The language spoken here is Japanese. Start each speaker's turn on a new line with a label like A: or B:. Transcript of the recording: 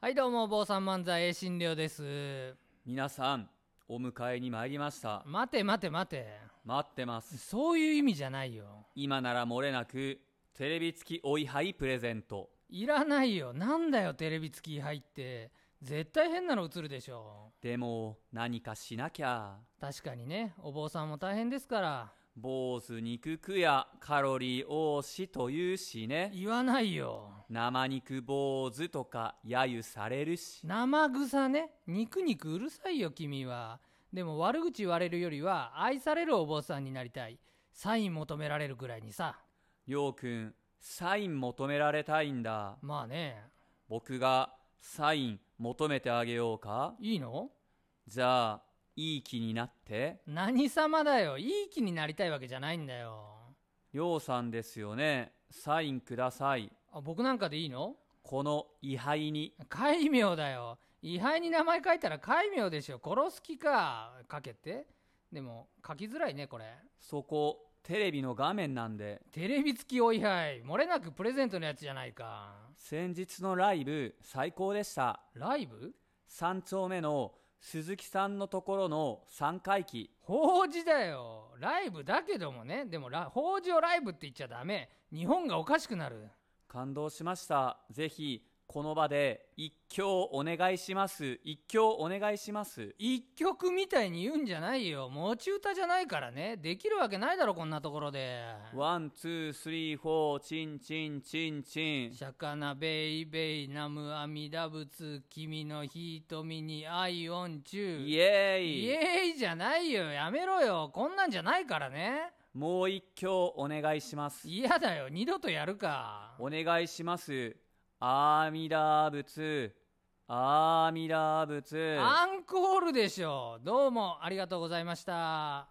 A: はいどうも坊さん漫才新良です
B: 皆さんお迎えに参りました
A: 待て待て待て
B: 待ってます
A: そういう意味じゃないよ
B: 今なら漏れなくテレビ付きお位牌プレゼント
A: いらないよなんだよテレビ付き入って絶対変なの映るでしょ
B: でも何かしなきゃ
A: 確かにねお坊さんも大変ですから
B: 坊主肉くやカロリー多しというしね
A: 言わないよ
B: 生肉坊主とか揶揄されるし
A: 生臭ね肉肉うるさいよ君はでも悪口言われるよりは愛されるお坊さんになりたいサイン求められるぐらいにさ
B: りょうくんサイン求められたいんだ
A: まあね
B: 僕がサイン求めてあげようか
A: いいの
B: じゃあいい気になって
A: 何様だよいい気になりたいわけじゃないんだよ
B: りょうさんですよねサインください
A: あ僕なんかでいいの
B: この位牌に
A: 戒名だよ位牌に名前書いたら戒名でしょ殺す気か書けってでも書きづらいねこれ
B: そこテレビの画面なんで
A: テレビ付きお位牌漏れなくプレゼントのやつじゃないか
B: 先日のライブ最高でした
A: ライブ
B: 3丁目の鈴木さんのところの3回忌
A: 法事だよライブだけどもねでもラ法事をライブって言っちゃダメ日本がおかしくなる
B: 感動しましたぜひこの場で一興お願いします一興お願いします
A: 一曲みたいに言うんじゃないよ持ち歌じゃないからねできるわけないだろこんなところで
B: ワンツースリーフォーチンチンチンチン
A: シャカナベイベイナムアミダ仏君の瞳に愛音中
B: イエーイ
A: イエーイじゃないよやめろよこんなんじゃないからね
B: もう一興お願いします
A: 嫌だよ二度とやるか
B: お願いします阿弥陀仏阿弥陀仏
A: アンコールでしょどうもありがとうございました